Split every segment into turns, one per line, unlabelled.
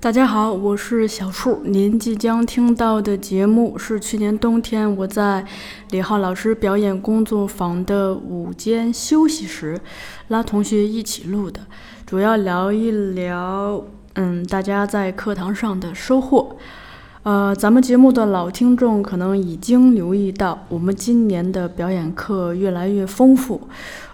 大家好，我是小树。您即将听到的节目是去年冬天我在李浩老师表演工作坊的午间休息时，拉同学一起录的，主要聊一聊，嗯，大家在课堂上的收获。呃，咱们节目的老听众可能已经留意到，我们今年的表演课越来越丰富。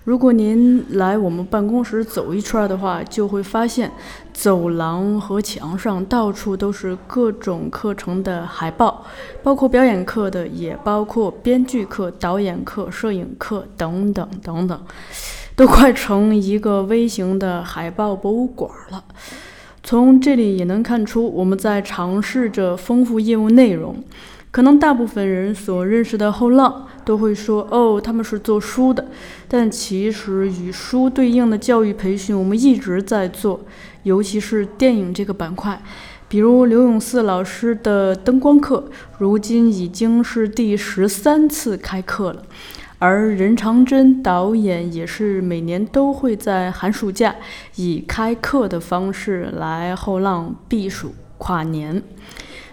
如果您来我们办公室走一圈儿的话，就会发现走廊和墙上到处都是各种课程的海报，包括表演课的，也包括编剧课、导演课、摄影课等等等等，都快成一个微型的海报博物馆儿了。从这里也能看出，我们在尝试着丰富业务内容。可能大部分人所认识的后浪都会说：“哦，他们是做书的。”但其实与书对应的教育培训，我们一直在做，尤其是电影这个板块。比如刘永四老师的灯光课，如今已经是第十三次开课了。而任长征导演也是每年都会在寒暑假以开课的方式来后浪避暑跨年。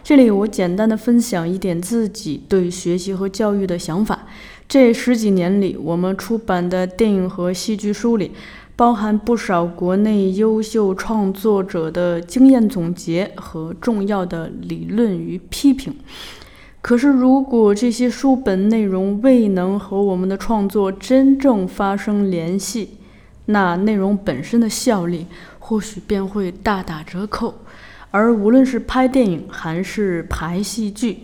这里我简单的分享一点自己对学习和教育的想法。这十几年里，我们出版的电影和戏剧书里，包含不少国内优秀创作者的经验总结和重要的理论与批评。可是，如果这些书本内容未能和我们的创作真正发生联系，那内容本身的效力或许便会大打折扣。而无论是拍电影还是排戏剧，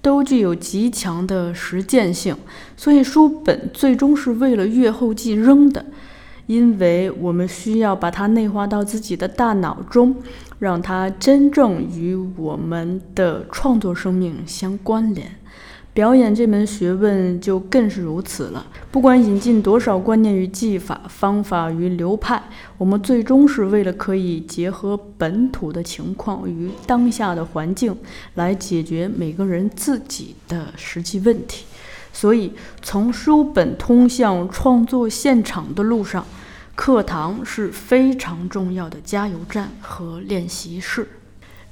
都具有极强的实践性，所以书本最终是为了阅后即扔的，因为我们需要把它内化到自己的大脑中，让它真正与我们的创作生命相关联。表演这门学问就更是如此了。不管引进多少观念与技法、方法与流派，我们最终是为了可以结合本土的情况与当下的环境，来解决每个人自己的实际问题。所以，从书本通向创作现场的路上，课堂是非常重要的加油站和练习室。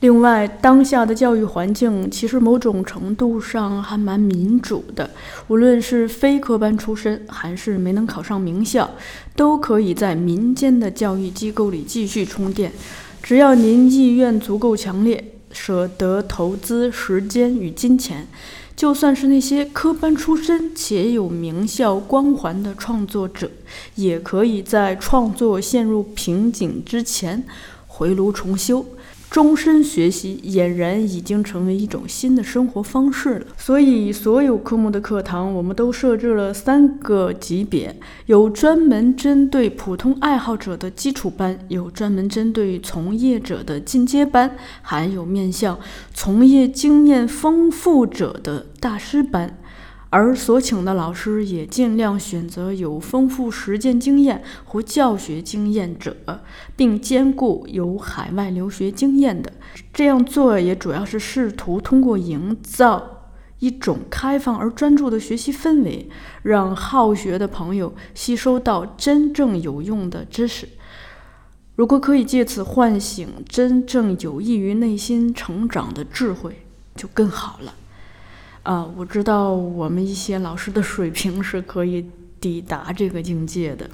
另外，当下的教育环境其实某种程度上还蛮民主的，无论是非科班出身还是没能考上名校，都可以在民间的教育机构里继续充电，只要您意愿足够强烈，舍得投资时间与金钱。就算是那些科班出身且有名校光环的创作者，也可以在创作陷入瓶颈之前回炉重修。终身学习俨然已经成为一种新的生活方式了。所以，所有科目的课堂我们都设置了三个级别，有专门针对普通爱好者的基础班，有专门针对从业者的进阶班，还有面向从业经验丰富者的大师班。而所请的老师也尽量选择有丰富实践经验或教学经验者，并兼顾有海外留学经验的。这样做也主要是试图通过营造一种开放而专注的学习氛围，让好学的朋友吸收到真正有用的知识。如果可以借此唤醒真正有益于内心成长的智慧，就更好了。啊，我知道我们一些老师的水平是可以抵达这个境界的。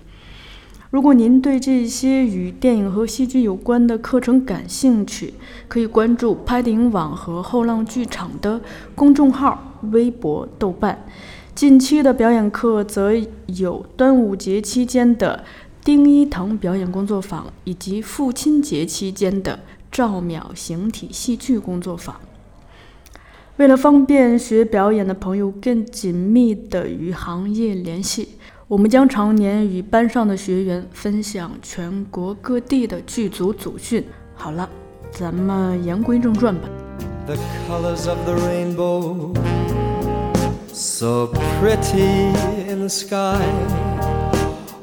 如果您对这些与电影和戏剧有关的课程感兴趣，可以关注拍电影网和后浪剧场的公众号、微博、豆瓣。近期的表演课则有端午节期间的丁一腾表演工作坊，以及父亲节期间的赵淼形体戏剧工作坊。为了方便学表演的朋友更紧密地与行业联系，我们将常年与班上的学员分享全国各地的剧组组训。好了，咱们言归正传吧。
the colors of the rainbow, so pretty in the sky,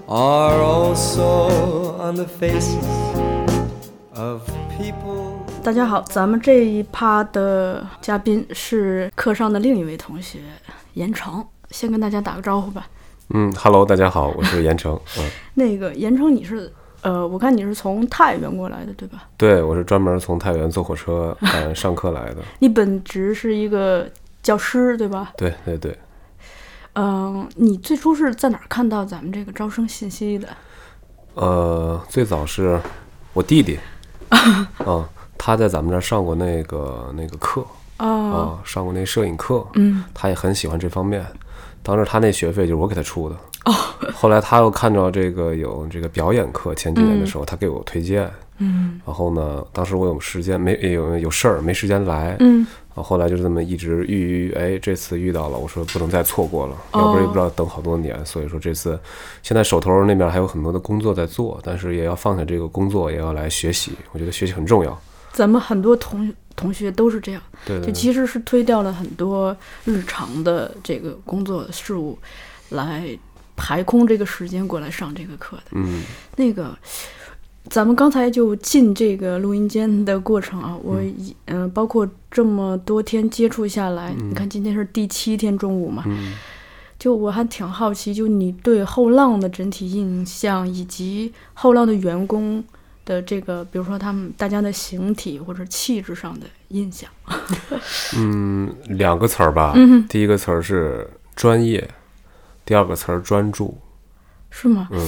are also on the faces of people.
大家好，咱们这一趴的嘉宾是课上的另一位同学严成，先跟大家打个招呼吧。
嗯，Hello，大家好，我是严成。嗯，
那个严成，你是呃，我看你是从太原过来的，对吧？
对，我是专门从太原坐火车赶上课来的。
你本职是一个教师，对吧？
对对对，
嗯、你最初是在哪儿看到咱们这个招生信息的？
呃，最早是我 弟弟，啊，他在咱们这儿上过那个那个课
哦，
啊，上过那摄影课，
嗯，
他也很喜欢这方面。当时他那学费就是我给他出的。哦。后来他又看着这个有这个表演课，前几年的时候，他给我推荐。嗯。然后呢，当时我有时间没有有事儿没时间来。
嗯。
然后后来就这么一直遇遇，哎，这次遇到了，我说不能再错过了，
哦
要不然也不知道等好多年。所以说这次，现在手头那边还有很多的工作在做，但是也要放下这个工作，也要来学习。我觉得学习很重要。
咱们很多同同学都是这样，
对对
就
对。
其实是推掉了很多日常的这个工作事务，来排空这个时间过来上这个课的。
嗯
那个，咱们刚才就进这个录音间的过程啊，我一嗯、包括这么多天接触下来，你看今天是第七天中午嘛，
嗯。
就我还挺好奇，就你对后浪的整体印象，以及后浪的员工的这个，比如说他们大家的形体或者气质上的印象。
嗯，两个词儿吧。
嗯
第一个词儿是专业，第二个词儿专注。
是吗？
嗯，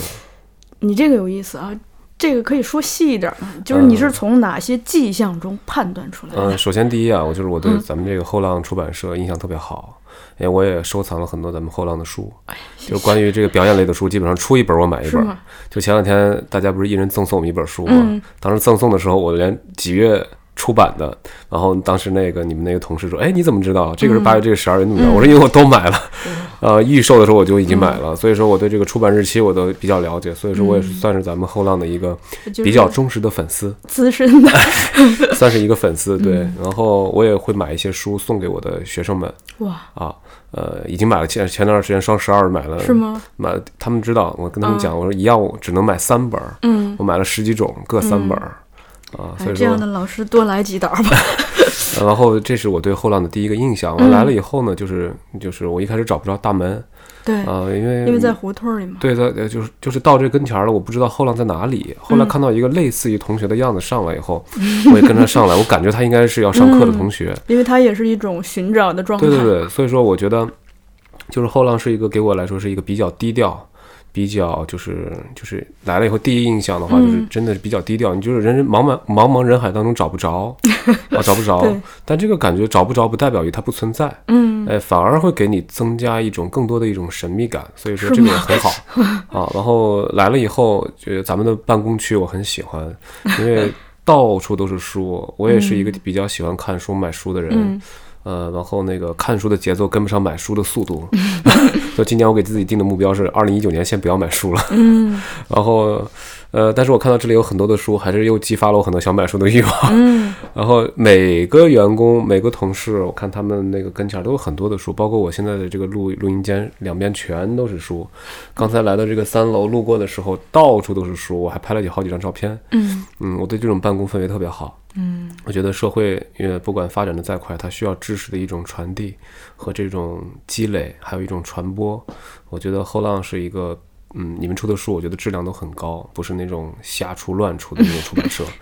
你这个有意思啊，这个可以说细一点儿吗，就是你是从哪些迹象中判断出来的？
嗯嗯，首先第一啊，我就是我
嗯
对咱们这个后浪出版社印象特别好，因为我也收藏了很多咱们后浪的书，就是关于这个表演类的书，基本上出一本我买一
哎是
本
吗。
就前两天大家不是一人赠送我们一本书吗？
嗯
当时赠送的时候，我连几月。出版的，然后当时那个你们那个同事说：“哎，你怎么知道这个是
嗯
八月，这个十二月？你怎么知道？”我说：“因为我都买了，呃，预售的时候我就已经买
嗯
了，所以说我对这个出版日期我都比较了解，所以说我也是算是咱们后浪的一个
就是
比较忠实的粉丝。
资深的
算是一个粉
嗯
丝，对。然后我也会买一些书送给我的学生们
哇，
啊，呃，已经买了前前段时间双十二买了，
是？吗？哦
买他们知道，我跟他们讲，我说一样我只能买三本儿，
嗯，
我买了十几种，各三本儿啊，所
哎，
以
这样的
说，
老师多来几道 吧。
然后这是我对后浪的第一个印象。
嗯
我来了以后呢，就是就是我一开始找不着大门
对，
啊，因为
哎因为在胡同里嘛。
对，在呃就是就是到这跟前儿了，我不知道后浪在哪
嗯
里。后来看到一个类似于同学的样子上来 以后，我也跟他上来，我感觉他应该是要上课的同学。
因为它也是一种寻找的状态。
对对对，所以说我觉得，就是后浪是一个给我来说是一个比较低调，比较就是就是来了以后第一印象的话，就是
嗯
真的是比较低调，你就是人人茫茫茫茫人海当中找不 着啊，找不着
对。
但这个感觉找不着不代表于它不存在，
嗯，
哎，反而会给你增加一种更多的一种神秘感，所以说
是
这个
吗
也很好 啊。然后来了以后，呃，咱们的办公区我很喜欢，因为到处都是书，我也是一个比较喜欢看书、买书的人。
嗯
呃，然后那个看书的节奏跟不上买书的 速度，所以今年我给自己定的目标是二零一九年先不要买书了。
嗯
然后，呃，但是我看到这里有很多的书，还是又激发了我很多想买书的欲望。
嗯
然后每个员工、每个同事，我看他们那个跟前儿都有很多的书，包括我现在的这个录录音间，两边全都是书。刚才来到这个三楼路过的时候，到处都是书，我还拍了好几张照片。
嗯
嗯，我对这种办公氛围特别好。
嗯，
我觉得社会呃，不管发展的再快，它需要知识的一种传递和这种积累，还有一种传播。我觉得后浪是一个，嗯，你们出的书，我觉得质量都很高，不是那种瞎出乱出的那种出版社。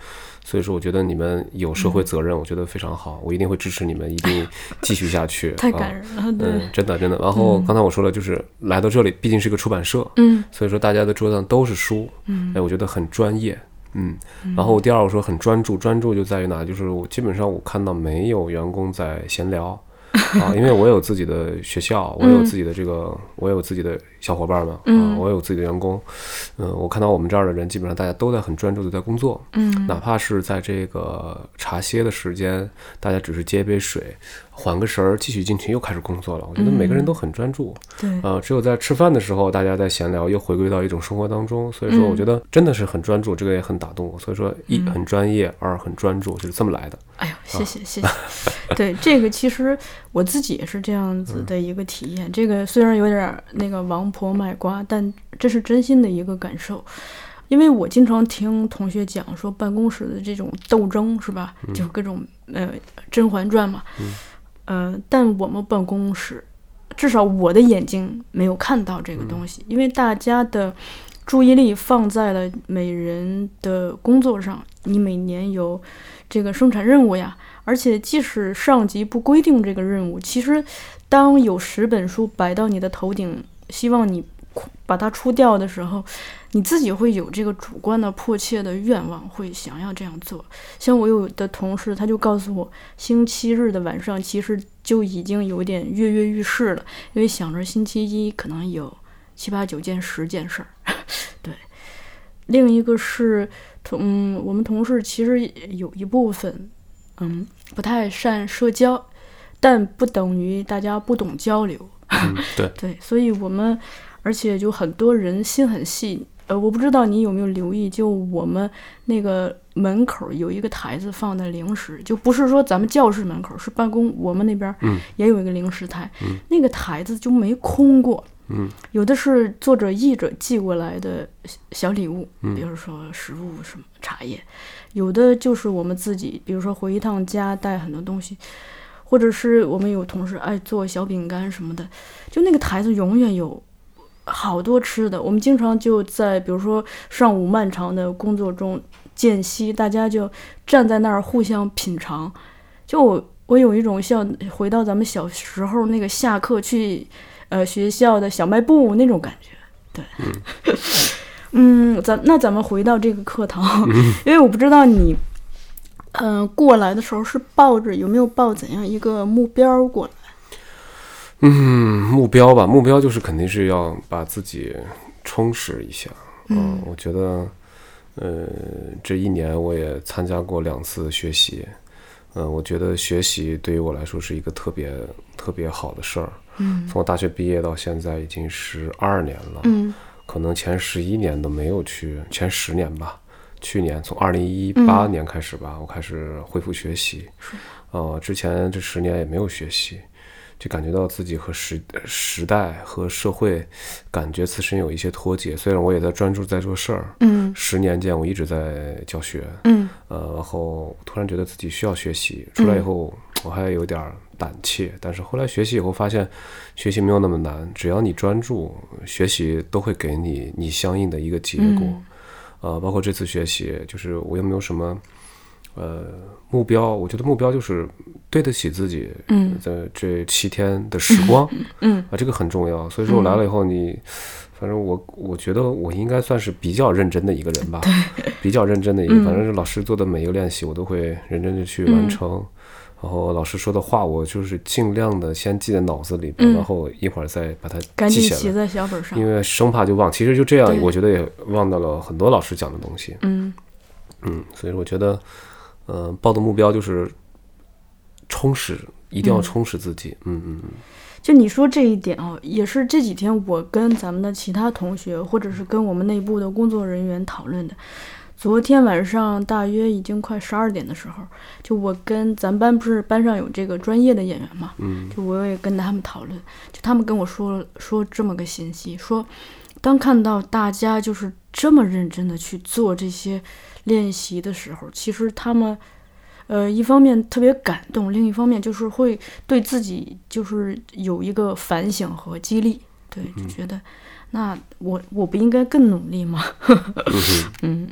所以说，我觉得你们有社会责任，我觉得非常好，我一定会支持你们，一定继续下去。
太
啊
感人了。对，
嗯，真的真的。然后刚才我说了，就是来到这里，毕竟是个出版社，
嗯
所以说大家的桌子上都是书，
嗯，
哎，我觉得很专业，嗯。然后第二，我说很专注，专注就在于哪？就是我基本上我看到没有员 工在闲聊啊，因为我有自己的学校，我有自己的这个，我有自己的小伙伴们，
嗯
啊我也有自己的员工，嗯、我看到我们这儿的人，基本上大家都在很专注的在工作，
嗯
哪怕是在这个茶歇的时间，大家只是接一杯水，缓个神儿，继续进去又开始工作了。我觉得每个人都很专注，
对，
呃，只有在吃饭的时候，大家在闲聊，又回归到一种生活当中。所以说，我觉得真的是很专注，这个也很打动我。所以说，一很专业，二很专注，就是这么来的。
哎呦，谢谢谢谢。对，这个其实我自己也是这样子的一个体验。这个虽然有点儿那个王婆卖瓜，但这是真心的一个感受。因为我经常听同学讲说办公室的这种斗争是吧？就各种呃《甄嬛传》嘛，呃，但我们办公室至少我的眼睛没有看到这个东西，因为大家的注意力放在了每人的工作上，你每年有这个生产任务呀，而且即使上级不规定这个任务，其实当有十本书摆到你的头顶，希望你哭把它出掉的时候，你自己会有这个主观的迫切的愿望，会想要这样做。像我有的同事，他就告诉我，星期日的晚上其实就已经有点跃跃欲试了，因为想着星期一可能有七八九件、十件事儿。 对，另一个是同嗯，我们同事其实有一部分嗯不太善社交，但不等于大家不懂交流。
嗯，对，
对，所以我们而且就很多人心很细。呃，我不知道你有没有留意，就我们那个门口有一个台子放的零食，就不是说咱们教室门口，是办公我们那边儿
嗯
也有一个零食台，那个台子就没空过。
嗯，
有的是作者译者寄过来的小小礼物，
嗯
比如说食物什么茶叶，有的就是我们自己，比如说回一趟家带很多东西，或者是我们有同事爱做小饼干什么的，就那个台子永远有好多吃的。我们经常就在比如说上午漫长的工作中间隙，大家就站在那儿互相品尝。就我我有一种像回到咱们小时候那个下课去呃学校的小卖部那种感觉。对， 嗯，咱那咱们回到这个课 堂，因为我不知道你。嗯、过来的时候是抱着有没有抱怎样一个目标过来？
嗯，目标吧，目标就是肯定是要把自己充实一下。嗯，我觉得，呃，这一年我也参加过两次学习。嗯、我觉得学习对于我来说是一个特别特别好的事儿。
嗯
从我大学毕业到现在已经十二年了。
嗯
可能前十一年都没有去，前十年吧。去年从二零一
嗯
八年开始吧，我开始恢复学习。呃，之前这十年也没有学习，就感觉到自己和时呃时代和社会感觉自身有一些脱节。虽然我也在专注在做事儿，
嗯
十年间我一直在教学，
嗯
呃，然后突然觉得自己需要学习，出来以后我还有点儿胆怯，但是后来学习以后发现，学习没有那么难，只要你专注学习，都会给你你相应的一个结果。
嗯
呃，包括这次学习，就是我有没有什么呃目标？我觉得目标就是对得起自己，
嗯
在这七天的时光，
嗯
啊，这个很重要。所以说我来了以后，你，反正我我觉得我应该算是比较认真的一个人吧，比较认真的一
嗯
个，反正是老师做的每一个练习，我都会认真的去完成。然后老师说的话，我就是尽量的先记在脑子里边，
嗯
然后一会儿再把它
赶
记
紧
下
写
来，
在小本上
因。为生怕就忘。其实就这样
对，
我觉得也忘到了很多老师讲的东西。
嗯
嗯，所以我觉得，呃，报的目标就是充实，一定要充实自己。嗯嗯嗯。
就你说这一点哦，也是这几天我跟咱们的其他同学，或者是跟我们内部的工作人员讨论的。昨天晚上大约已经快十二点的时候，就我跟咱班不是班上有这个专业的演员嘛，
嗯，
就我也跟他们讨论，就他们跟我说了说这么个信息，说当看到大家就是这么认真的去做这些练习的时候，其实他们呃，一方面特别感动，另一方面就是会对自己就是有一个反省和激励，对，就觉得、那我我不应该更努力吗？嗯，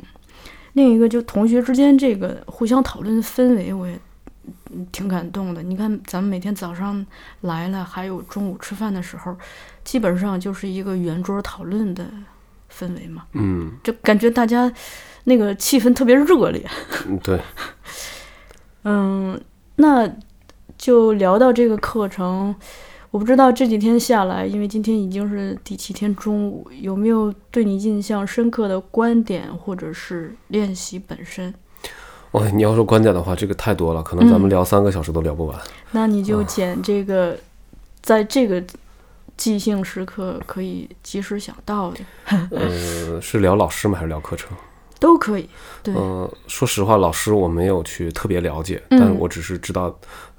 另一个就同学之间这个互相讨论的氛围，我也嗯挺感动的。你看，咱们每天早上来了，还有中午吃饭的时候，基本上就是一个圆桌讨论的氛围嘛，
嗯
就感觉大家那个气氛特别热烈。
嗯，对，
嗯，那就聊到这个课程，我不知道这几天下来，因为今天已经是第七天中午，有没有对你印象深刻的观点或者是练习本身？
哇，你要说观点的话，这个太多了，可能咱们聊三个小时都聊不完。
那你
啊
就捡这个，在这个即兴时刻可以及时想到的嗯
呃，是聊老师吗？还是聊课程？
都可以。对，
嗯、说实话，老师我没有去特别了解，但
嗯
我只是知道，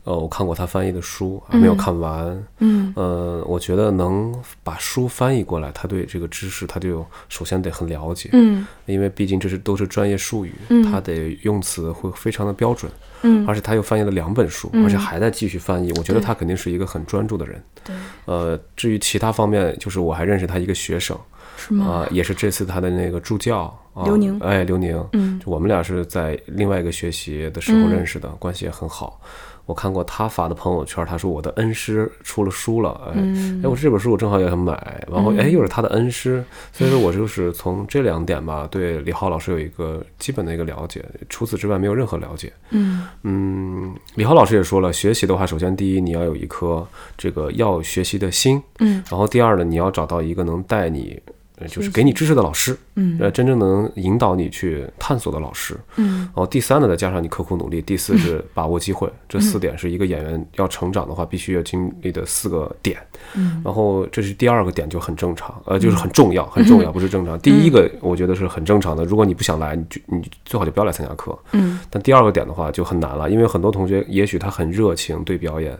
呃，我看过他翻译的书，还没有
嗯
看完。
嗯
呃，我觉得能把书翻译过来，他对这个知识，他就首先得很了解，
嗯
因为毕竟这是都是专业术语，
嗯
他得用词会非常的标准，
嗯，
而且他又翻译了两本书，
嗯
而且还在继续翻译。我觉得
对
他肯定是一个很专注的人。
对，
呃，至于其他方面，就是我还认识他一个学生
是
啊、
吗？
也是这次他的那个助教、啊
刘宁
哎，刘宁，
嗯
就我们俩是在另外一个学习的时候
嗯
认识的，关系也很好。我看过他发的朋友圈，他说我的恩师出了书了，哎，
嗯
哎，我这本书我正好也想买，然后哎，
嗯
又是他的恩师，所以说我就是从这两点吧，对李浩老师有一个基本的一个了解，除此之外没有任何了解。
嗯
嗯，李浩老师也说了，学习的话，首先第一你要有一颗这个要学习的心，
嗯
然后第二呢，你要找到一个能带你，呃就是
学习
给你知识的老师，
嗯
呃，真正能引导你去探索的老师。
嗯
然后第三呢，再加上你刻苦努力，第 四是把握机会，这四点是一个演员要成长的话必须要经历的四个点。
嗯
然后这是第二个点，就很正常，呃，就是很重要，很 重要，不是正常。第一个
嗯
我觉得是很正常的，如果你不想来，你就你最好就不要来参加课。
嗯，
但第二个点的话就很难了，因为很多同学也许他很热情，对表演、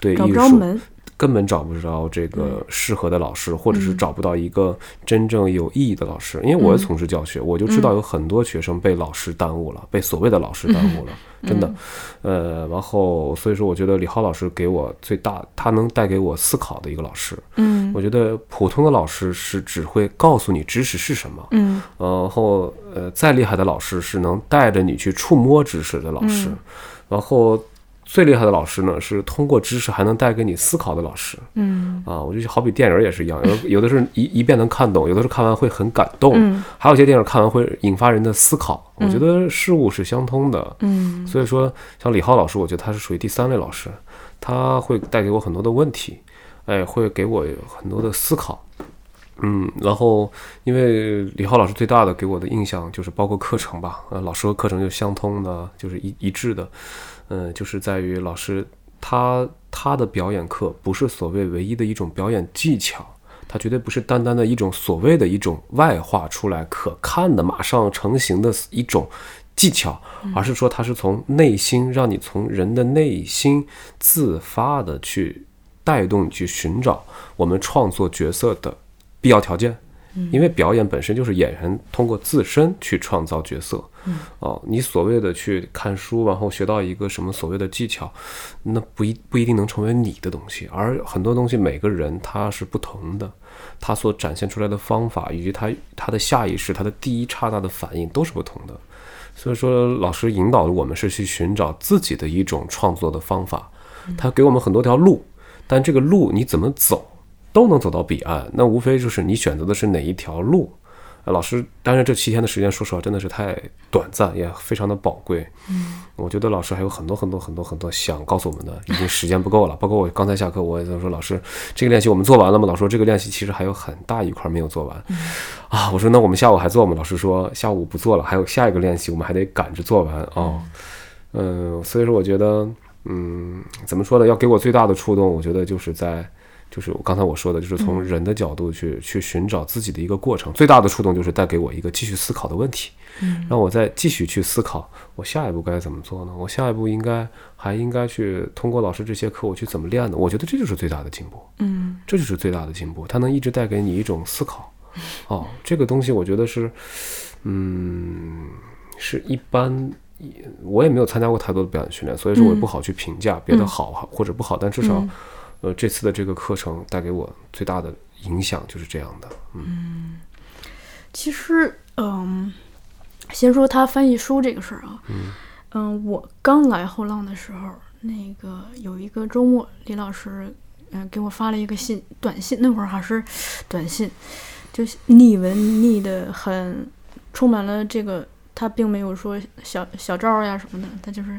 对
找
艺
不着
术
门。
根本找不着这个适合的老师，或者是找不到一个真正有意义的老师。因为我也从事教学，我就知道有很多学生被老师耽误了，被所谓的老师耽误了，真的。呃，然后所以说，我觉得李浩老师给我最大，他能带给我思考的一个老师。
嗯
我觉得普通的老师是只会告诉你知识是什么，
嗯
然后呃，再厉害的老师是能带着你去触摸知识的老师，然后最厉害的老师呢是通过知识还能带给你思考的老师
嗯
啊。我就好比电影也是一样，有的有的是一一遍能看懂，有的是看完会很感动，
嗯
还有一些电影看完会引发人的思考。我觉得事物是相通的，
嗯
所以说像李浩老师，我觉得他是属于第三类老师，他会带给我很多的问题，哎，会给我很多的思考。嗯，然后因为李浩老师最大的给我的印象就是包括课程吧，呃，老师和课程就相通的，就是一一致的，嗯、就是在于老师他他的表演课不是所谓唯一的一种表演技巧，它绝对不是单单的一种所谓的一种外化出来可看的马上成型的一种技巧，而是说它是从内心让你从人的内心自发的去带动你去寻找我们创作角色的必要条件。因为表演本身就是演员通过自身去创造角色，哦，你所谓的去看书，然后学到一个什么所谓的技巧，那不一不一定能成为你的东西，而很多东西每个人他是不同的，他所展现出来的方法以及他他的下意识、他的第一刹那的反应都是不同的。所以说，老师引导我们是去寻找自己的一种创作的方法，他给我们很多条路，但这个路你怎么走都能走到彼岸，那无非就是你选择的是哪一条路。啊老师，当然这七天的时间，说实话真的是太短暂，也非常的宝贵。我觉得老师还有很多很多很多很多想告诉我们的，已经时间不够了。 包括我刚才下课，我也在说老师，这个练习我们做完了吗？老师说这个练习其实还有很大一块没有做完。啊，我说那我们下午还做吗？老师说下午不做了，还有下一个练习，我们还得赶着做完哦。嗯、所以说我觉得，嗯，怎么说呢？要给我最大的触动，我觉得就是在。就是我刚才我说的，就是从人的角度去、去寻找自己的一个过程，最大的触动就是带给我一个继续思考的问题，让我再继续去思考我下一步该怎么做呢？我下一步应该还应该去通过老师这些课，我去怎么练呢？我觉得这就是最大的进步，
嗯
这就是最大的进步，它能一直带给你一种思考。哦，这个东西我觉得是，嗯，是一般。我也没有参加过太多的表演训练，所以说我也不好去评价别的好或者不好，但至少，呃，这次的这个课程带给我最大的影响就是这样的。
其实，嗯，先说他翻译书这个事儿啊，嗯，我刚来后浪的时候，那个有一个周末，李老师，嗯、给我发了一个信，短信，那会儿还是短信，就是逆文逆的很，充满了这个，他并没有说小小赵呀什么的，他就是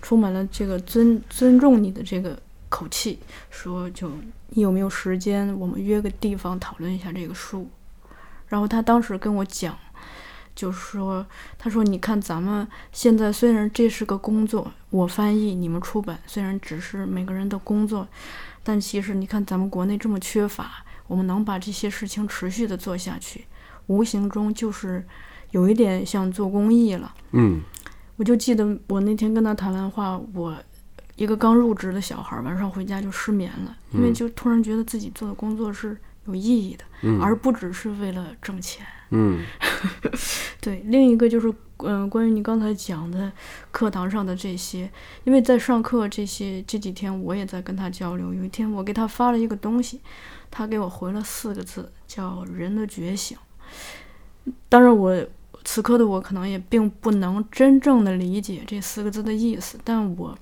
充满了这个尊尊重你的这个口气，说就你有没有时间，我们约个地方讨论一下这个书。然后他当时跟我讲，就是说，他说你看咱们现在虽然这是个工作，我翻译你们出版，虽然只是每个人的工作，但其实你看咱们国内这么缺乏，我们能把这些事情持续的做下去，无形中就是有一点像做公益了。
嗯
我就记得我那天跟他谈完话，我一个刚入职的小孩儿晚上回家就失眠了，因为就突然觉得自己做的工作是有意义的，而不只是为了挣钱。
嗯
对，另一个就是，嗯、关于你刚才讲的课堂上的这些，因为在上课这些这几天，我也在跟他交流。有一天，我给他发了一个东西，他给我回了四个字，叫“人的觉醒”。当然我，此刻的我可能也并不能真正的理解这四个字的意思，但我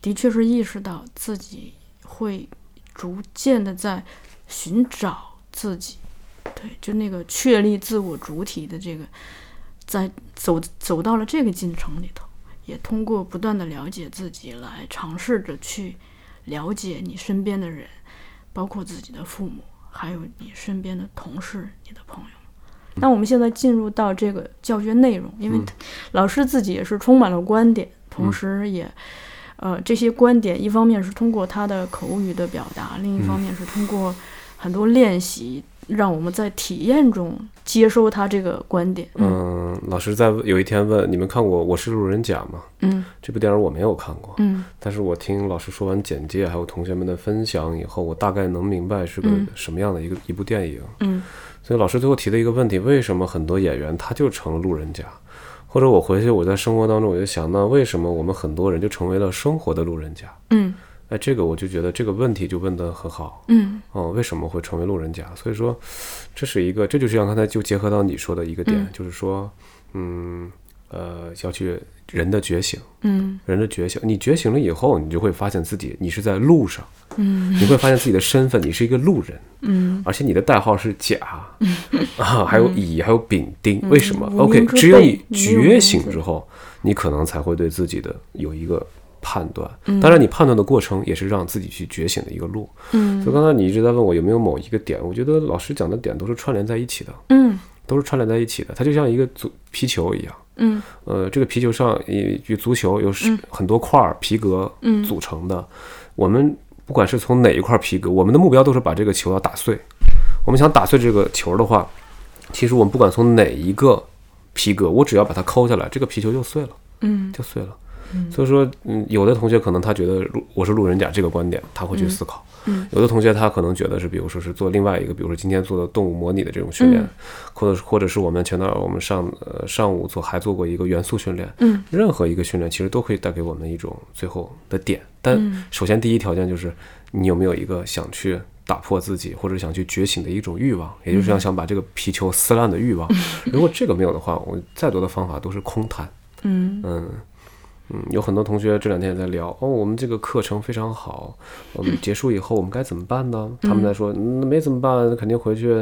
的确是意识到自己会逐渐的在寻找自己。对，就那个确立自我主体的这个，在走走到了这个进程里头，也通过不断的了解自己来尝试着去了解你身边的人，包括自己的父母，还有你身边的同事、你的朋友。那我们现在进入到这个教学内容，因为 老师自己也是充满了观点，同时也。呃，这些观点一方面是通过他的口语的表达，另一方面是通过很多练习，让我们在体验中接收他这个观点。
嗯，老师在有一天问你们看过《我是路人甲》吗？
嗯
这部电影我没有看过，
嗯
但是我听老师说完简介，还有同学们的分享以后，我大概能明白是个
嗯
什么样的一个、一部电影。
嗯
所以老师最后提的一个问题，为什么很多演员他就成了路人甲？或者我回去我在生活当中我就想，那为什么我们很多人就成为了生活的路人甲？
嗯
哎，这个我就觉得这个问题就问得很好。
嗯
哦，为什么会成为路人甲？所以说，这是一个，这就是像刚才就结合到你说的一个点，
嗯
就是说，嗯，呃，要去人的觉醒，
嗯
人的觉醒。你觉醒了以后，你就会发现自己你是在路上，
嗯
你会发现自己的身份，你是一个路人，
嗯，
而且你的代号是 甲，啊，还有乙，还有丙丁，为什么
嗯无名
？OK，
之
只有
辈
你
没有
觉
名
醒
字
之后，你可能才会对自己的有一个判断。当然，你判断的过程也是让自己去觉醒的一个路。
嗯
所以刚才你一直在问我有没有某一个点，我觉得老师讲的点都是串联在一起的，
嗯
都是串联在一起的。它就像一个足皮球一样，
嗯
呃，这个皮球上也就足球有是很多块儿皮革组成的。
嗯
我们不管是从哪一块皮革，我们的目标都是把这个球要打碎。我们想打碎这个球的话，其实我们不管从哪一个皮革，我只要把它抠下来，这个皮球就碎了，
嗯
就碎了。所以说，嗯，有的同学可能他觉得路我是路人甲这个观点，他会去思考；
嗯
有的同学他可能觉得是，比如说是做另外一个，比如说今天做的动物模拟的这种训练，
嗯
或者是或者是我们前段我们上呃上午做还做过一个元素训练，
嗯
任何一个训练其实都可以带给我们一种最后的点，但
嗯
首先第一条件就是你有没有一个想去打破自己或者想去觉醒的一种欲望，
嗯
也就是想想把这个皮球撕烂的欲 望。如果这个没有的话，我再多的方法都是空谈。
嗯
嗯嗯，有很多同学这两天也在聊哦，我们这个课程非常好，我
嗯
们结束以后我们该怎么办呢？他们在说，嗯、没怎么办，肯定回去，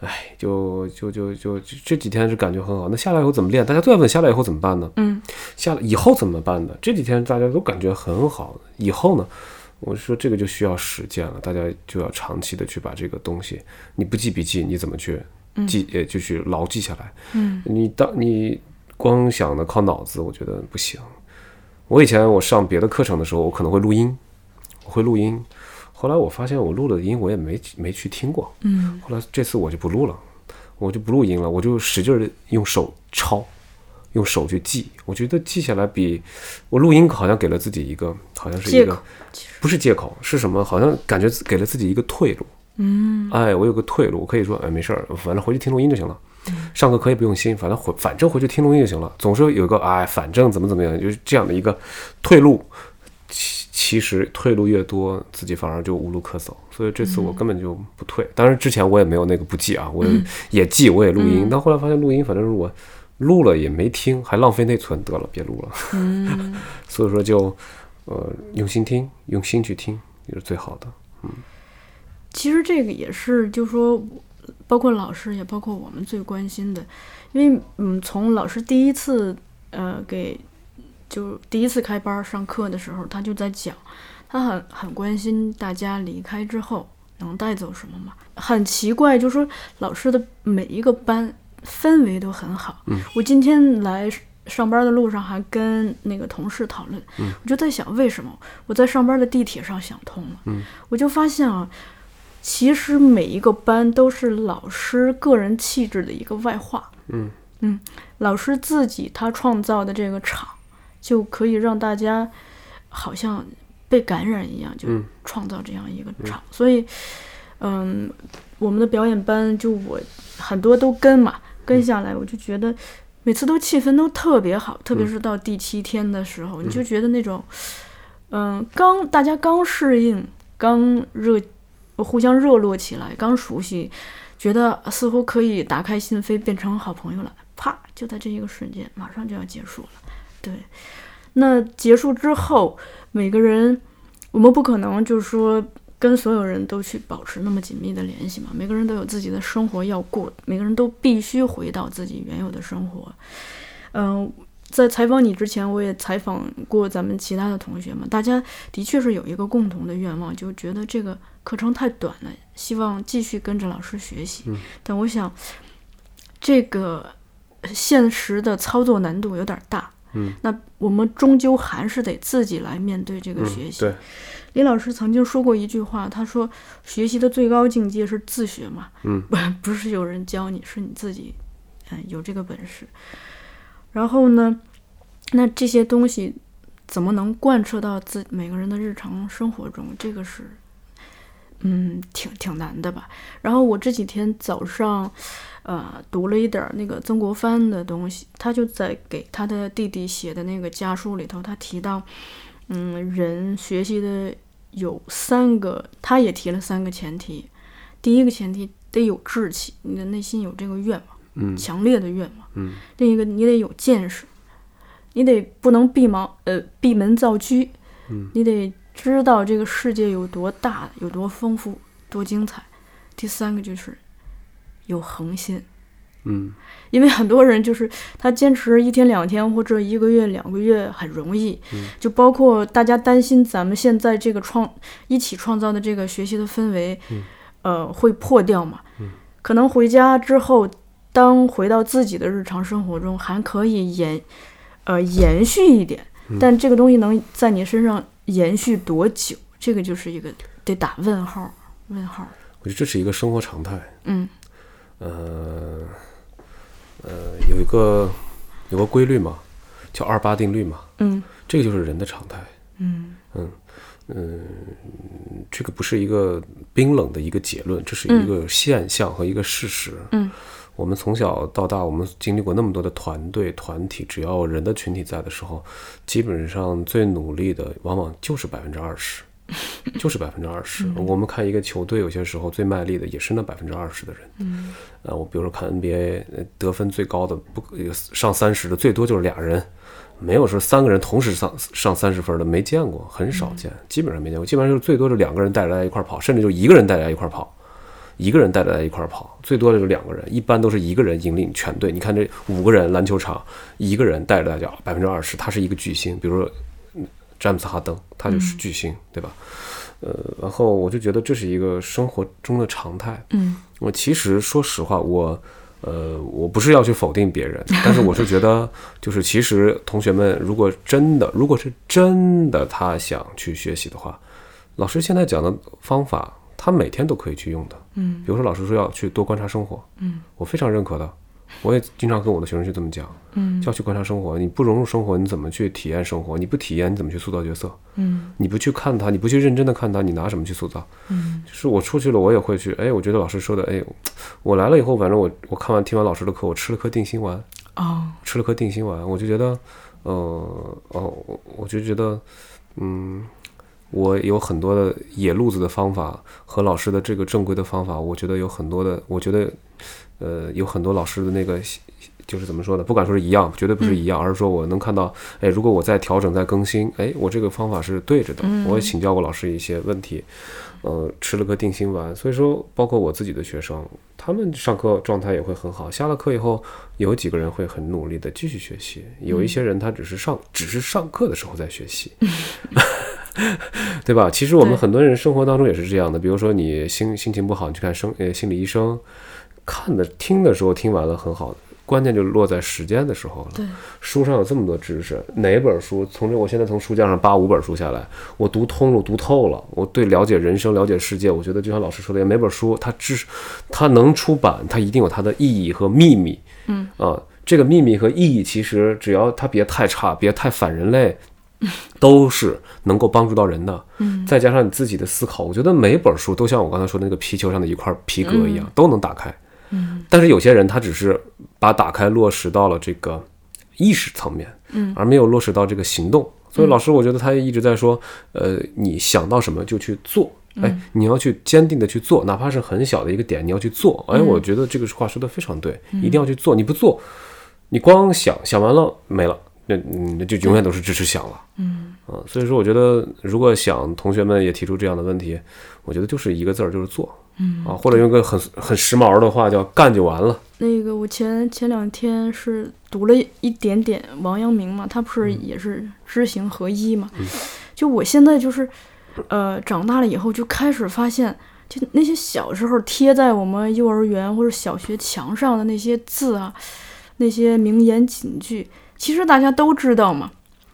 哎，就就就就就这几天是感觉很好，那下来以后怎么练？大家都在问下来以后怎么办呢？
嗯
下来以后怎么办呢？这几天大家都感觉很好，以后呢？我说这个就需要实践了，大家就要长期的去把这个东西，你不记笔记，你怎么去记？呃，就去牢记下来。
嗯，
你当你光想的靠脑子，我觉得不行。我以前我上别的课程的时候，我可能会录音，我会录音。后来我发现我录了的音我也没没去听过，
嗯
后来这次我就不录了，我就不录音了，我就使劲儿地用手抄，用手去记。我觉得记下来比我录音好像给了自己一个，好像是一
借
个
口其实
不是借口，是什么？好像感觉自给了自己一个退路。
嗯
哎，我有个退路，我可以说，哎，没事儿，反正回去听录音就行了。
嗯
上课可以不用心，反正回反正回去听录音就行了。总是有一个哎，反正怎么怎么样，就是这样的一个退路。其其实退路越多，自己反而就无路可走。所以这次我
嗯
根本就不退。当然之前我也没有那个不记啊，我也记，我也录
嗯
音。但后来发现录音，反正是我录了也没听，还浪费内存，得了，别录了。
嗯，
所以说就呃用心听，用心去听，就是最好的。
其实这个也是，就说包括老师也包括我们最关心的，因为嗯，从老师第一次呃给就第一次开班儿上课的时候，他就在讲，他很很关心大家离开之后能带走什么嘛。很奇怪，就是说老师的每一个班氛围都很好。
嗯
我今天来上班的路上还跟那个同事讨论，
嗯
我就在想为什么我在上班的地铁上想通了，
嗯
我就发现啊，其实每一个班都是老师个人气质的一个外化。
嗯
老师自己他创造的这个场，就可以让大家好像被感染一样，就
嗯
创造这样一个场。所以，嗯，我们的表演班就我很多都跟嘛，跟下来我就觉得每次都气氛都特别
嗯
好，特别是到第七天的时候，你就觉得那种，嗯，刚大家刚适应，刚热，互相热络起来，刚熟悉。觉得似乎可以打开心扉，变成好朋友了，啪，就在这一个瞬间，马上就要结束了。对，那结束之后，每个人，我们不可能就是说跟所有人都去保持那么紧密的联系嘛，每个人都有自己的生活要过，每个人都必须回到自己原有的生活。嗯、在采访你之前，我也采访过咱们其他的同学嘛，大家的确是有一个共同的愿望，就觉得这个课程太短了，希望继续跟着老师学习。
嗯
但我想，这个现实的操作难度有点大。
嗯，
那我们终究还是得自己来面对这个
嗯
学习。
对，
李老师曾经说过一句话，他说：“学习的最高境界是自学嘛，
嗯
不不是有人教你，是你自己，嗯，有这个本事。”然后呢，那这些东西怎么能贯彻到自每个人的日常生活中？这个是，嗯，挺挺难的吧。然后我这几天早上，呃，读了一点儿那个曾国藩的东西，他就在给他的弟弟写的那个家书里头，他提到。嗯，人学习的有三个，他也提了三个前提。第一个前提得有志气，你的内心有这个愿望，
嗯
强烈的愿望。
嗯
另一个，你得有见识，你得不能闭盲，呃，闭门造车。
嗯
你得知道这个世界有多大，有多丰富，多精彩。第三个就是有恒心，
嗯
因为很多人就是他坚持一天两天或者一个月两个月很容易，
嗯
就包括大家担心咱们现在这个创一起创造的这个学习的氛围，呃，会破掉嘛？可能回家之后，当回到自己的日常生活中，还可以延呃延续一点，但这个东西能在你身上延续多久，这个就是一个得打问号问号。
我觉得这是一个生活常态。
嗯
呃呃，有一个有个规律嘛，叫二八定律嘛，
嗯
这个就是人的常态。
嗯
嗯，这个不是一个冰冷的一个结论，这是一个现象和一个事实。
嗯，
我们从小到大，我们经历过那么多的团队、团体，只要人的群体在的时候，基本上最努力的往往就是百分之二十，就是百分之二十。
嗯
我们看一个球队，有些时候最卖力的也是那百分之二十的人。
嗯
呃，我比如说看 NBA 呃得分最高的不呃上三十的，最多就是俩人，没有说三个人同时上上三十分的，没见过，很少见，基本上没见过。基本上就是最多是两个人带着大家一块儿跑，甚至就一个人带着大家一块儿跑，一个人带着大家一块儿跑，最多就是两个人，一般都是一个人引领全队。你看这五个人篮球场，一个人带着大家百分之二十，他是一个巨星，比如说嗯詹姆斯哈登，他就是巨星，对吧？呃，然后我就觉得这是一个生活中的常态。
嗯
我其实说实话，我呃，我不是要去否定别人，但是我是觉得，就是其实同学们如果真的，如果是真的他想去学习的话，老师现在讲的方法，他每天都可以去用的。
嗯
比如说，老师说要去多观察生活，
嗯，
我非常认可的，我也经常跟我的学生去这么讲，
嗯
就要去观察生活。你不融入生活，你怎么去体验生活？你不体验，你怎么去塑造角色？
嗯
你不去看它，你不去认真的看它，你拿什么去塑造？
嗯
就是我出去了，我也会去。哎，我觉得老师说的，哎，我来了以后，反正我我看完听完老师的课，我吃了颗定心丸，
哦
吃了颗定心丸，我就觉得，呃，哦，我我就觉得，嗯，我有很多的野路子的方法和老师的这个正规的方法，我觉得有很多的，我觉得，呃，有很多老师的那个。就是怎么说呢？不敢说是一样，绝对不是一样，而是说我能看到，哎，如果我在调整、在更新，哎，我这个方法是对着的。
嗯
我也请教过老师一些问题，呃，吃了颗定心丸。所以说，包括我自己的学生，他们上课状态也会很好。下了课以后，有几个人会很努力的继续学习，有一些人他只是上只是上课的时候在学习， 对吧？其实我们
对
很多人生活当中也是这样的，比如说你心心情不好，你去看生呃心理医生，看的听的时候听完了很好，关键就落在时间的时候了。
对，
书上有这么多知识，哪本书从这我现在从书架上扒五本书下来，我读通了，读透了，我对了解人生、了解世界，我觉得就像老师说的，每本书它知识它能出版，它一定有它的意义和秘密。嗯啊，这个秘密和意义其实只要它别太差，别太反人类。都是能够帮助到人的，嗯，再加上你自己的思考，我觉得每本书都像我刚才说的那个皮球上的一块皮革一样，都能打开，嗯，但是有些人他只是把打开落实到了这个意识层面，嗯，而没有落实到这个行动。所以老师，我觉得他一直在说，呃，你想到什么就去做，哎，你要去坚定的去做，哪怕是很小的一个点，你要去做。哎，我觉得这个话说的非常对，一定要去做。你不做，你光想想完了没了，那那就永远都是只是想了。嗯啊，所以说我觉得，如果想同学们也提出这样的问题，我觉得就是一个字儿，就是做。嗯啊，或者用个很很时髦的话叫干就完了。
那个我前前两天是读了一点点王阳明嘛，他不是也是知行合一嘛？就我现在就是，呃，长大了以后就开始发现，就那些小时候贴在我们幼儿园或者小学墙上的那些字啊，那些名言警句，其实大家都知道嘛，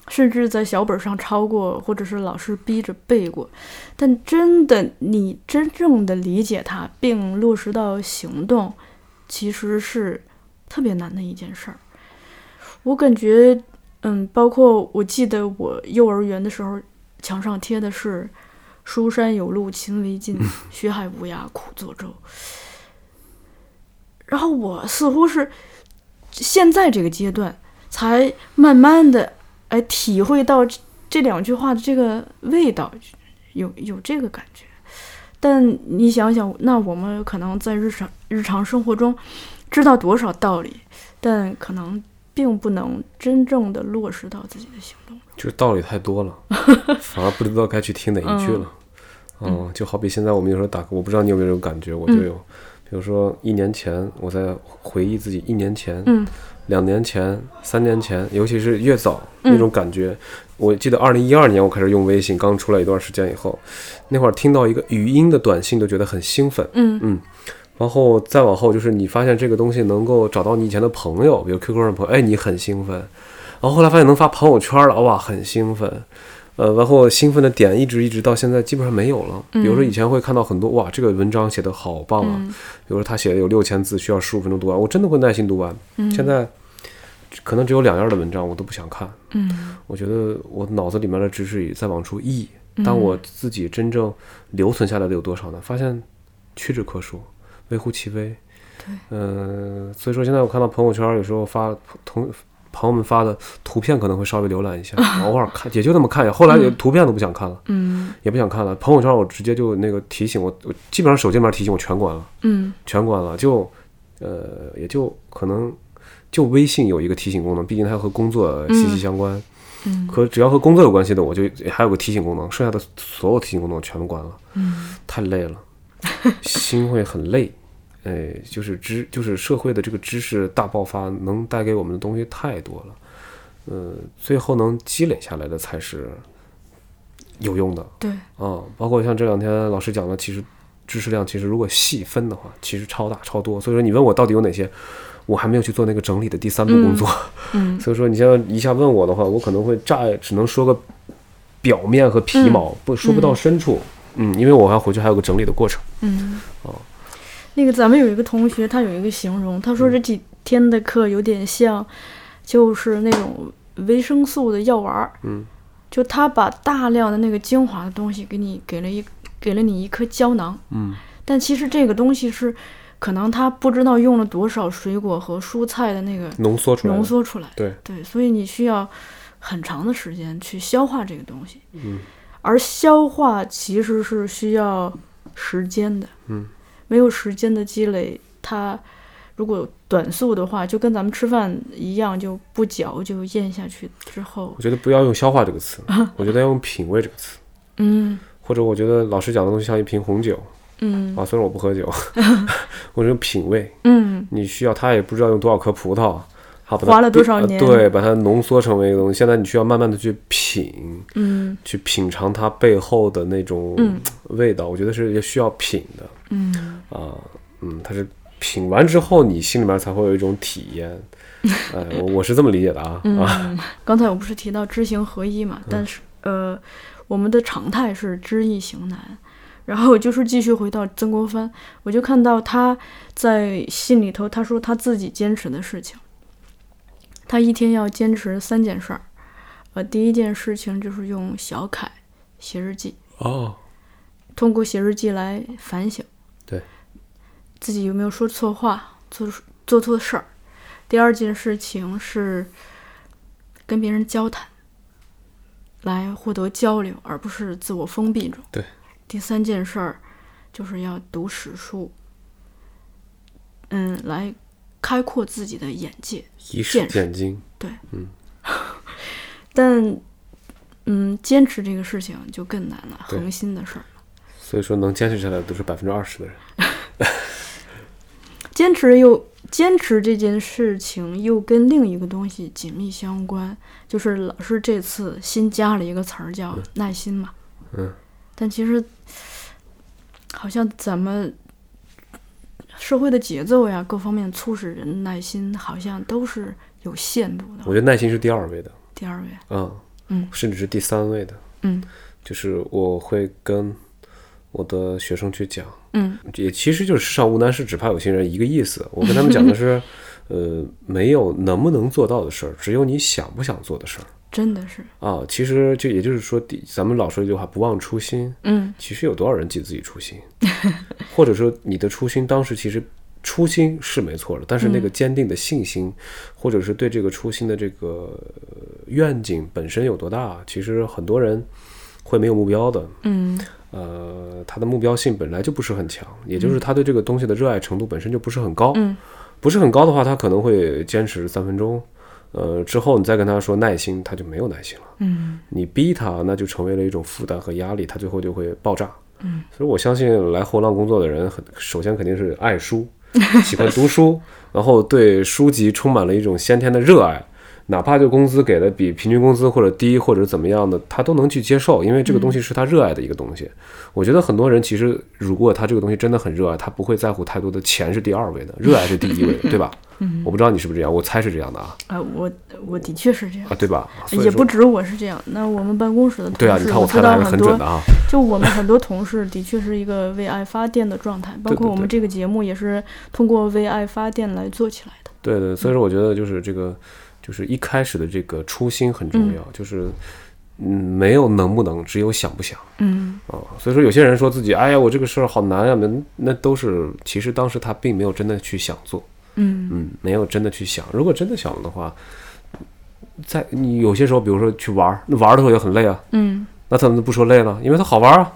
甚至在小本上抄过，或者是老师逼着背过。但真的，你真正的理解它并落实到行动，其实是特别难的一件事儿。我感觉，嗯，包括我记得我幼儿园的时候，墙上贴的是“书山有路勤为径，学海无涯苦作舟”。然后我似乎是现在这个阶段，才慢慢的哎体会到这这两句话的这个味道，有有这个感觉。但你想想，那我们可能在日常日常生活中知道多少道理，但可能并不能真正的落实到自己的行动。
就是道理太多 了，反而不知道该去听哪一句了。嗯，就好比现在我们有时候打，我不知道你有没有这种感觉，我就有。比如说一年前，我在回忆自己一年前、
嗯
两年前、三年前，尤其是越早那种感觉。我记得二零一二年我开始用微信，刚出来一段时间以后，那会儿听到一个语音的短信都觉得很兴奋。
嗯
嗯，然后再往后就是你发现这个东西能够找到你以前的朋友，比如 QQ 上的朋友，哎，你很兴奋。然后后来发现能发朋友圈了，哇，很兴奋。呃，然后兴奋的点一直一直到现在基本上没有了。比如说以前会看到很多哇，这个文章写的好棒啊，比如说他写的有六千字，需要十五分钟读完，我真的会耐心读完。现在可能只有两页的文章我都不想看，
嗯
我觉得我脑子里面的知识也在往出溢，但我自己真正留存下来的有多少呢？发现屈指可数，微乎其微。
对，
嗯、所以说现在我看到朋友圈有时候发同朋友们发的图片，可能会稍微浏览一下，偶尔看也就那么看一下。后来有图片都不想看了，
嗯
也不想看了。朋友圈我直接就那个提醒我，我基本上手机里面提醒我全关了，
嗯
全关了，就呃也就可能。就微信有一个提醒功能，毕竟它和工作息息相关。
嗯
可只要和工作有关系的，我就还有个提醒功能，剩下的所有提醒功能我全部关了，
嗯
太累 了，心会很累。哎，就是知，就是社会的这个知识大爆发，能带给我们的东西太多了。呃，最后能积累下来的才是有用的
对
啊、包括像这两天老师讲的，其实知识量其实如果细分的话，其实超大超多。所以说你问我到底有哪些，我还没有去做那个整理的第三步工作。
嗯
所以说，你现在一下问我的话，我可能会乍只能说个表面和皮毛，
嗯
不说不到深处。嗯，因为我还回去还有个整理的过程。
嗯
哦
那个咱们有一个同学，他有一个形容，他
嗯
说这几天的课有点像，就是那种维生素的药丸儿。
嗯，
就他把大量的那个精华的东西给你给了一给了你一颗胶囊，
嗯
但其实这个东西是可能他不知道用了多少水果和蔬菜的那个
浓缩出来的。
浓缩出来。
对
对，所以你需要很长的时间去消化这个东西。嗯，而消化其实是需要时间的。
嗯，
没有时间的积累，它如果短促的话，就跟咱们吃饭一样，就不嚼就咽下去之后
我，觉得不要用“消化”这个词， 我觉得要用“品味”这个词。
嗯
或者我觉得老师讲的东西像一瓶红酒
嗯
啊，虽然我不 喝酒，我这种品味，
嗯，
你需要他也不知道用多少颗葡萄，好，把它
花了多少
呃
年
对，把它浓缩成为一个东西。现在你需要慢慢的去品，
嗯
去品尝它背后的那种
嗯
味道，我觉得是需要品的
嗯，
啊、嗯，它是品完之后，你心里面才会有一种体 验。呃，我我是这么理解的啊、
嗯
啊，
刚才我不是提到知行合一嘛，但是呃，我们的常态是知易行难。然后就是继续回到曾国藩，我就看到他在信里头，他说他自己坚持的事情，他一天要坚持三件事儿。呃，第一件事情就是用小楷写日记，
哦，
通过写日记来反省，
对，
自己有没有说错话、做做错事儿。第二件事情是跟别人交谈，来获得交流，而不是自我封闭中。
对。
第三件事儿就是要读史书，嗯，来开阔自己的眼界。
一世
见识
见精，
但，嗯，坚持这个事情就更难了，
对
恒心的事儿。
所以说能坚持下来的都是百分之二十的人。
哦坚持又坚持这件事情又跟另一个东西紧密相关，就是老师这次新加了一个词儿叫耐心嘛。
嗯。
但其实，好像咱们社会的节奏呀，各方面促使人耐心，好像都是有限度
我
的。
觉得耐心是第二位的，
第二位，
嗯
嗯
甚至是第三位的，
嗯
就是我会跟我的学生去讲，
嗯
也其实就是世上无难事，只怕有心人一个意思。我跟他们讲的是，呃，没有能不能做到的事儿，只有你想不想做的事儿
真的是，
啊。其实就也就是说，第咱们老说一句话，不忘初心。
嗯
其实有多少人记自己初心，或者说你的初心当时其实初心是没错的，但是那个坚定的信心，或者是对这个初心的这个呃愿景本身有多大，其实很多人会没有目标的。
嗯
呃，他的目标性本来就不是很强，也就是他对这个东西的热爱程度本身就不是很高。
嗯，
不是很高的话，他可能会坚持三分钟。呃，之后你再跟他说耐心，他就没有耐心了。
嗯
你逼他，那就成为了一种负担和压力，他最后就会爆炸。嗯，所以我相信来后浪工作的人，很首先肯定是 爱书，喜欢读书，然后对书籍充满了一种先天的热爱，哪怕就工资给的比平均工资或者低或者怎么样的，他都能去接受，因为这个东
嗯
西是他热爱的一个东西。我觉得很多人其实，如果他这个东西真的很热爱，啊他不会在乎太多的钱是第二位的，热爱是第一位 的，对吧？嗯，我不知道你是不是这样，我猜是这样的啊
啊，我我的确是这样
啊，，对吧？所以
也
说
不止我是这样。那我们办公室的同事，
对啊，你看我
知
猜的
道
还是
很
很
多
准的啊。
就我们很多同事的确是一个为爱发电的状态，包
对对
括我们这个节目也是通过为爱发电来做起来的。
对对，所以说我觉得就是这个，就是一开始的这个初心很重要，就是嗯，没有能不能，只有想不想
嗯
啊、所以说有些人说自己，哎呀，我这个事儿好难呀、那那都是其实当时他并没有真的去想做，
嗯
嗯，没有真的去想。如果真的想了的话，在你有些时候，比如说去玩儿，那玩儿的时候也很累啊，
嗯，
那怎么不说累呢？因为它好玩儿啊，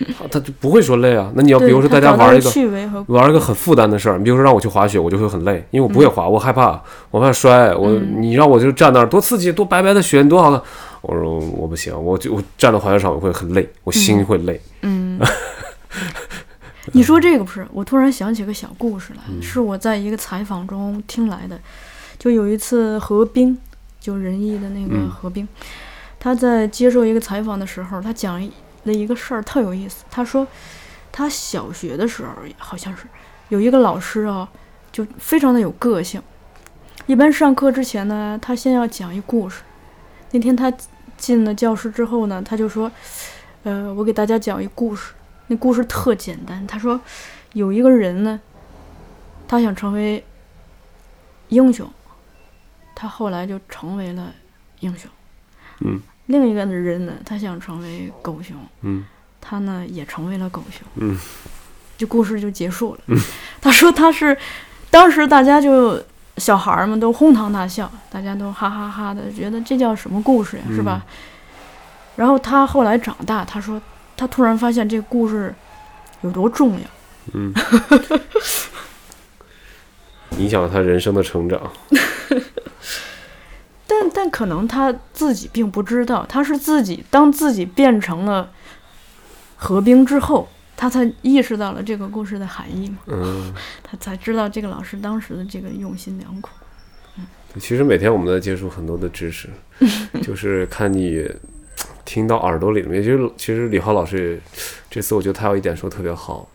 他他就不会说累啊。那你要比如说
对他
大家
找到
玩儿
了
一个。
趣味和
玩一个很负担的事儿，你比如说让我去滑雪，我就会很累，因为我不会滑，我害怕，我怕摔，我、
嗯
你让我就站那儿，多刺激，多白白的雪，多好看。我说我不行，我就我站到滑雪场我会很累，我心会累。
嗯。你说这个不是？我突然想起个小故事来，是我在一个采访中听来的。就有一次何冰，就仁义的那个
嗯
何冰，他在接受一个采访的时候，他讲了一个事儿特有意思。他说他小学的时候好像是有一个老师啊，就非常的有个性。一般上课之前呢，他先要讲一故事。那天他进了教室之后呢，他就说：“呃，我给大家讲一故事。那故事特简单。他说，有一个人呢，他想成为英雄，他后来就成为了英雄。
嗯。
另一个人呢，他想成为狗熊，
嗯
他呢也成为了狗熊。
嗯。
这故事就结束了。他说他是，当时大家就小孩儿们都哄堂大笑，大家都哈哈哈的，觉得这叫什么故事呀，是吧？然后他后来长大，他说他突然发现这个故事有多重要。
嗯，影响了他人生的成长。
但但可能他自己并不知道，他是自己当自己变成了何冰之后，他才意识到了这个故事的含义嘛，
嗯，
他才知道这个老师当时的这个用心良苦。
对其实每天我们都在接触很多的知 识，就是看你听到耳朵里面。其实其实李浩老师也这次我觉得他有一点说得特别好，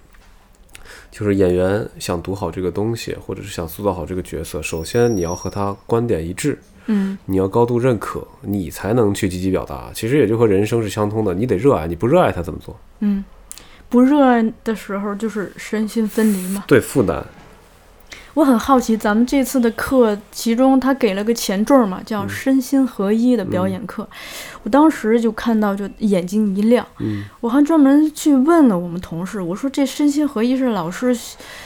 就是演员想读好这个东西，或者是想塑造好这个角色，首先你要和他观点一致，
嗯
你要高度认可，你才能去积极表达。其实也就和人生是相通的，你得热爱，你不热爱他怎么做？
嗯，不热爱的时候就是身心分离嘛。
对负担，
我很好奇，咱们这次的课，其中他给了个前缀嘛，叫“身心合一”的表演课。我当时就看到，就眼睛一亮。
嗯
我还专门去问了我们同事，我说这“身心合一”是老师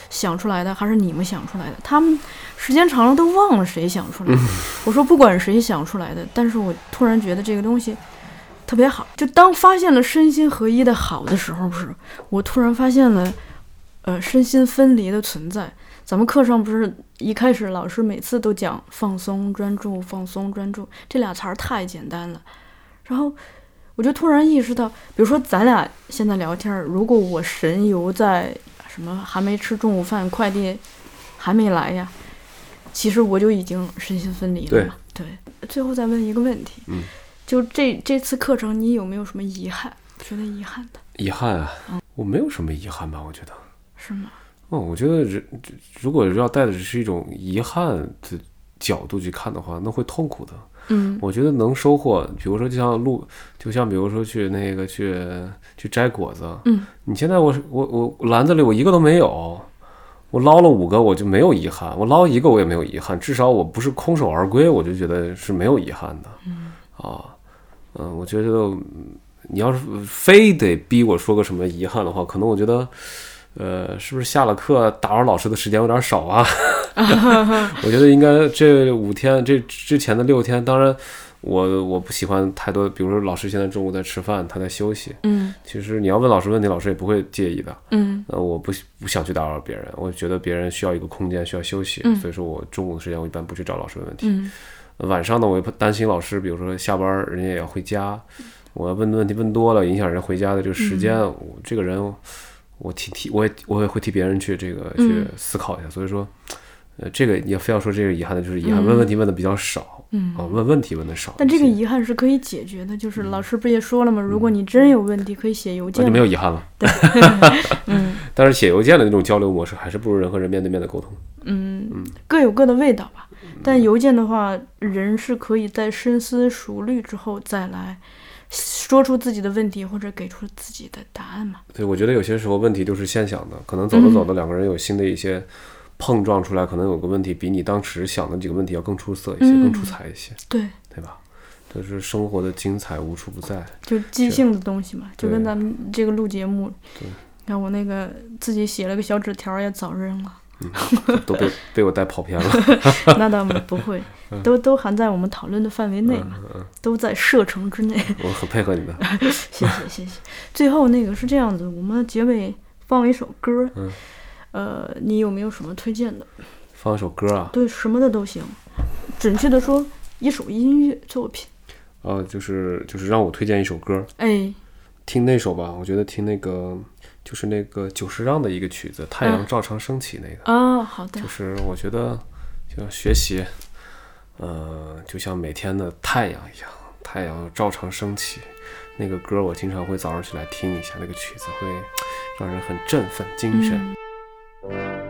想出来的，还是你们想出来的？他们时间长了都忘了谁想出来的。我说不管谁想出来的，但是我突然觉得这个东西。特别好，就当发现了身心合一的好的时候，不是我突然发现了，呃，身心分离的存在。咱们课上不是一开始老师每次都讲放松、专注、放松、专注这俩词儿太简单了，然后我就突然意识到，比如说咱俩现在聊天儿，如果我神游在什么还没吃中午饭，快递还没来呀，其实我就已经身心分离了嘛。对，最后再问一个问题，
嗯
就这这次课程你有没有什么遗憾？觉得遗憾的
遗憾啊，我没有什么遗憾吧？我觉得。
是吗？
哦，我觉得人这如果要带的只是一种遗憾的角度去看的话，那会痛苦的。
嗯
我觉得能收获，比如说就像路，就像比如说去那个去去摘果子，
嗯，
你现在我是我我篮子里我一个都没有，我捞了五个我就没有遗憾，我捞一个我也没有遗憾，至少我不是空手而归，我就觉得是没有遗憾的，啊，嗯，我觉得嗯你要是非得逼我说个什么遗憾的话，可能我觉得。呃，是不是下了课打扰老师的时间有点少 啊？ 我觉得应该这五天，这之前的六天，当然我我不喜欢太多，比如说老师现在中午在吃饭，他在休息。
嗯
其实你要问老师问题，老师也不会介意的。
嗯
呃，我不不想去打扰别人，我觉得别人需要一个空间，需要休息，
嗯
所以说我中午的时间我一般不去找老师问问题。
嗯
晚上呢，我也不担心老师，比如说下班儿人家也要回家，我要问的问题问多了，影响人回家的这个时
嗯
间，我这个人我替替我也我也会替别人去这个去
嗯
思考一下，所以说，呃，这个也非要说这个遗憾的就是遗憾，
嗯
问问题问的比较少
嗯
啊，问问题问的少一些，
但这个遗憾是可以解决的，就是
嗯
老师不也说了吗？如果你真有问题，可以写邮
那
件嘛。
就嗯啊哦没有遗憾了。
嗯
但是写邮件的那种交流模式，还是不如人和人面对面的沟通。
嗯，各有各的味道吧。
嗯
但邮件的话，人是可以在深思熟虑之后再来说出自己的问题，或者给出自己的答案嘛。
对，我觉得有些时候问题就是现想的，可能走着
嗯
走着，两个人有新的一些碰撞出来，可能有个问题比你当时想的几个问题要更出色一些，
嗯
更出彩一些，
对，
对吧？就是生活的精彩无处不在。
就即兴的东西嘛，就
对
跟咱们这个录节目
对。
你看我那个自己写了个小纸条儿也早扔了，
都被被我带跑偏了。
那倒不会，
嗯
都都含在我们讨论的范围内嘛，都在射程 之内。
我很配合你的，
谢谢谢谢。最后那个是这样子，我们结尾放一首歌，
嗯
呃，你有没有什么推荐的？
放一首歌啊，
对什么的都行，准确的说，一首音乐作品。
呃，就是就是让我推荐一首歌，
哎，
听那首吧。我觉得听那个就是那个久石让的一个曲子《太阳
嗯
照常升起》那个。
啊，好的
就，是我觉得，就像学习，呃，就像每天的太阳一样，太阳照常升起。那个歌我经常会早上起来听一下，那个曲子会让人很振奋精神。
嗯